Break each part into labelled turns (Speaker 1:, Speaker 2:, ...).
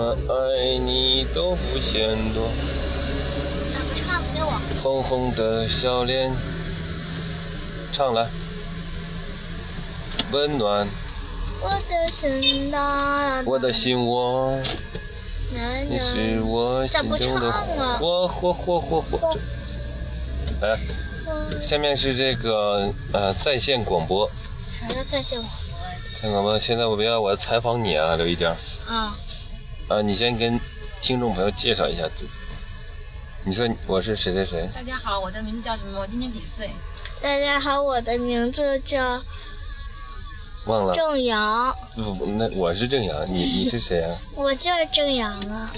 Speaker 1: 爱你都不嫌多，
Speaker 2: 咋不唱给我？
Speaker 1: 红红的笑脸，唱来，温暖
Speaker 2: 我的心呐，
Speaker 1: 我的心窝，
Speaker 2: 奶奶
Speaker 1: 你是我心中的
Speaker 2: 咋不唱啊
Speaker 1: 火火火火火。这来，
Speaker 2: 嗯
Speaker 1: 下面是这个呃在线广播，
Speaker 2: 啥叫在线广播呀？
Speaker 1: 在线广播。现在我们要我要采访你啊，刘一丁。
Speaker 2: 啊，
Speaker 1: 啊，你先跟听众朋友介绍一下自己。你说你我是谁谁谁？
Speaker 3: 大家好，我的名字叫什么？我今年几岁？
Speaker 2: 大家好，我的名字叫
Speaker 1: 忘了。
Speaker 2: 郑阳，
Speaker 1: 不不，那我是郑阳，你你是谁啊？
Speaker 2: 我就是郑阳啊。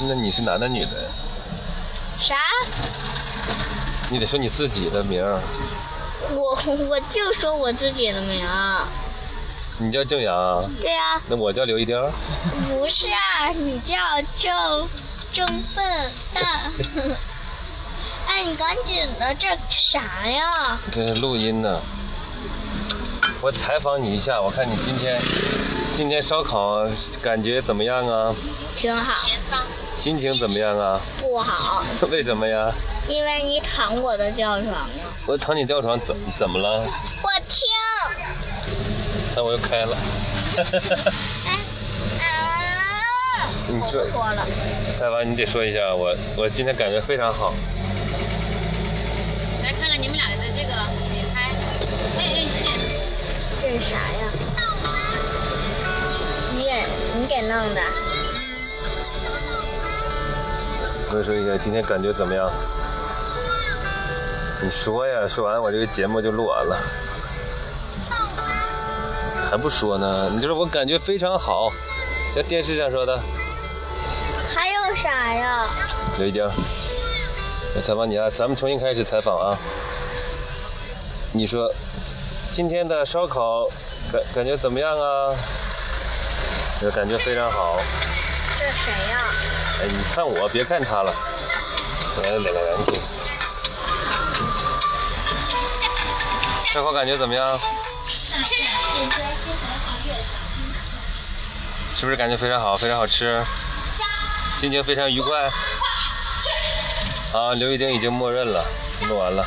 Speaker 1: 那你是男的女的呀？
Speaker 2: 啥？
Speaker 1: 你得说你自己的名儿。
Speaker 2: 我我就说我自己的名儿。
Speaker 1: 你叫郑阳啊，
Speaker 2: 对呀、
Speaker 1: 那我叫刘一丁儿。
Speaker 2: 不是啊，你叫郑郑笨蛋。哎，你赶紧的，这啥呀？
Speaker 1: 这是录音呢。我采访你一下，我看你今天今天烧烤感觉怎么样啊？
Speaker 2: 挺好，
Speaker 1: 心情怎么样啊？
Speaker 2: 不好，
Speaker 1: 为什么呀？
Speaker 2: 因为你躺我的吊床了。
Speaker 1: 我躺你吊床怎怎么了？
Speaker 2: 我听，
Speaker 1: 那我又开了。
Speaker 2: 哎，啊，
Speaker 1: 你
Speaker 2: 我不
Speaker 1: 这
Speaker 2: 说了，
Speaker 1: 采访你得说一下，我我今天感觉非常好。
Speaker 3: 来看看你们俩的这个美拍，还有内线。
Speaker 2: 这是啥呀？
Speaker 1: 哦
Speaker 2: 你给你给弄的，
Speaker 1: 我说一下今天感觉怎么样？你说呀，说完我这个节目就录完了。还不说呢？你就是我感觉非常好，在电视上说的。
Speaker 2: 还有啥呀？
Speaker 1: 刘一丁，我采访你啊，咱们重新开始采访啊。你说今天的烧烤感感觉怎么样啊？我感觉非常好。
Speaker 2: 这谁呀？
Speaker 1: 哎，你看我，别看他了。来来来来，你听。烧烤感觉怎么样？是不是感觉非常好，非常好吃？心啊情非常愉快。啊，刘一丁已经默认了，录完了。